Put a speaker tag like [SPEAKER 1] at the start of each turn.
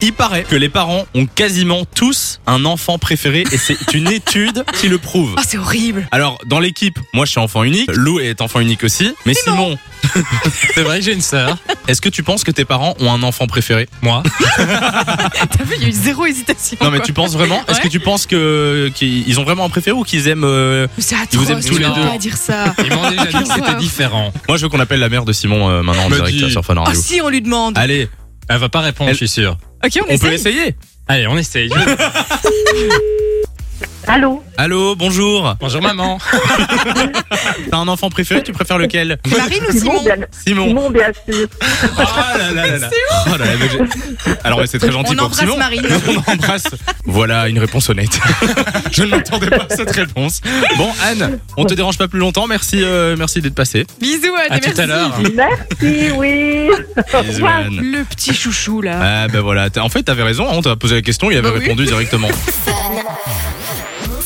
[SPEAKER 1] Il paraît que les parents ont quasiment tous un enfant préféré et c'est une étude qui le prouve.
[SPEAKER 2] Ah, c'est horrible.
[SPEAKER 1] Alors, dans l'équipe, moi je suis enfant unique, Lou est enfant unique aussi, mais Simon,
[SPEAKER 3] C'est vrai que j'ai une sœur.
[SPEAKER 1] est-ce que tu penses que tes parents ont un enfant préféré
[SPEAKER 3] Moi
[SPEAKER 2] T'as vu, il y a eu zéro hésitation.
[SPEAKER 1] Non mais
[SPEAKER 2] quoi.
[SPEAKER 1] tu penses vraiment Est-ce que
[SPEAKER 2] Ouais.
[SPEAKER 1] tu penses que qu'ils ils ont vraiment un préféré ou qu'ils aiment euh,
[SPEAKER 2] Mais C'est
[SPEAKER 1] Ils
[SPEAKER 2] atroce,
[SPEAKER 1] vous aiment
[SPEAKER 2] tu
[SPEAKER 1] tous
[SPEAKER 2] peux
[SPEAKER 1] les deux. Ah,
[SPEAKER 2] pas dire ça.
[SPEAKER 3] Ils m'ont déjà dit que c'était
[SPEAKER 2] Horreur.
[SPEAKER 3] différent.
[SPEAKER 1] Moi je veux qu'on appelle la mère de Simon euh, maintenant en
[SPEAKER 3] Me
[SPEAKER 1] direct
[SPEAKER 3] dis.
[SPEAKER 1] euh, sur Fun
[SPEAKER 2] Ah
[SPEAKER 1] Radio.
[SPEAKER 2] si, on lui demande.
[SPEAKER 1] Allez,
[SPEAKER 3] Elle va pas répondre,
[SPEAKER 1] Elle-
[SPEAKER 3] Oh, je suis sûr.
[SPEAKER 2] ok, on,
[SPEAKER 1] Ah, on peut
[SPEAKER 2] essaye.
[SPEAKER 1] essayer.
[SPEAKER 3] Allez, on essaye.
[SPEAKER 4] Allô
[SPEAKER 1] Allô, bonjour.
[SPEAKER 3] Bonjour maman.
[SPEAKER 1] T'as un enfant préféré Tu préfères lequel
[SPEAKER 2] Marine ou Simon
[SPEAKER 4] bien,
[SPEAKER 1] Simon.
[SPEAKER 4] Simon, bien sûr.
[SPEAKER 1] Oh là là là là. Oh là là, mais j'ai- Alors ouais, c'est très gentil
[SPEAKER 2] On
[SPEAKER 1] pour
[SPEAKER 2] embrasse
[SPEAKER 1] Simon.
[SPEAKER 2] Marine.
[SPEAKER 1] On embrasse. Voilà une réponse honnête. Je ne m'attendais pas à cette réponse. Bon Anne, on te dérange pas plus longtemps. Merci, euh, merci d'être passée.
[SPEAKER 2] Bisous, Anne.
[SPEAKER 3] À
[SPEAKER 2] et
[SPEAKER 3] tout à
[SPEAKER 2] merci.
[SPEAKER 3] l'heure.
[SPEAKER 4] Merci, oui.
[SPEAKER 1] Bisous, Anne.
[SPEAKER 2] Le petit chouchou, là.
[SPEAKER 1] Ah bah voilà. T'as- En fait, t'avais raison. hein, On t'a posé la question, il avait
[SPEAKER 2] Bah oui.
[SPEAKER 1] répondu directement.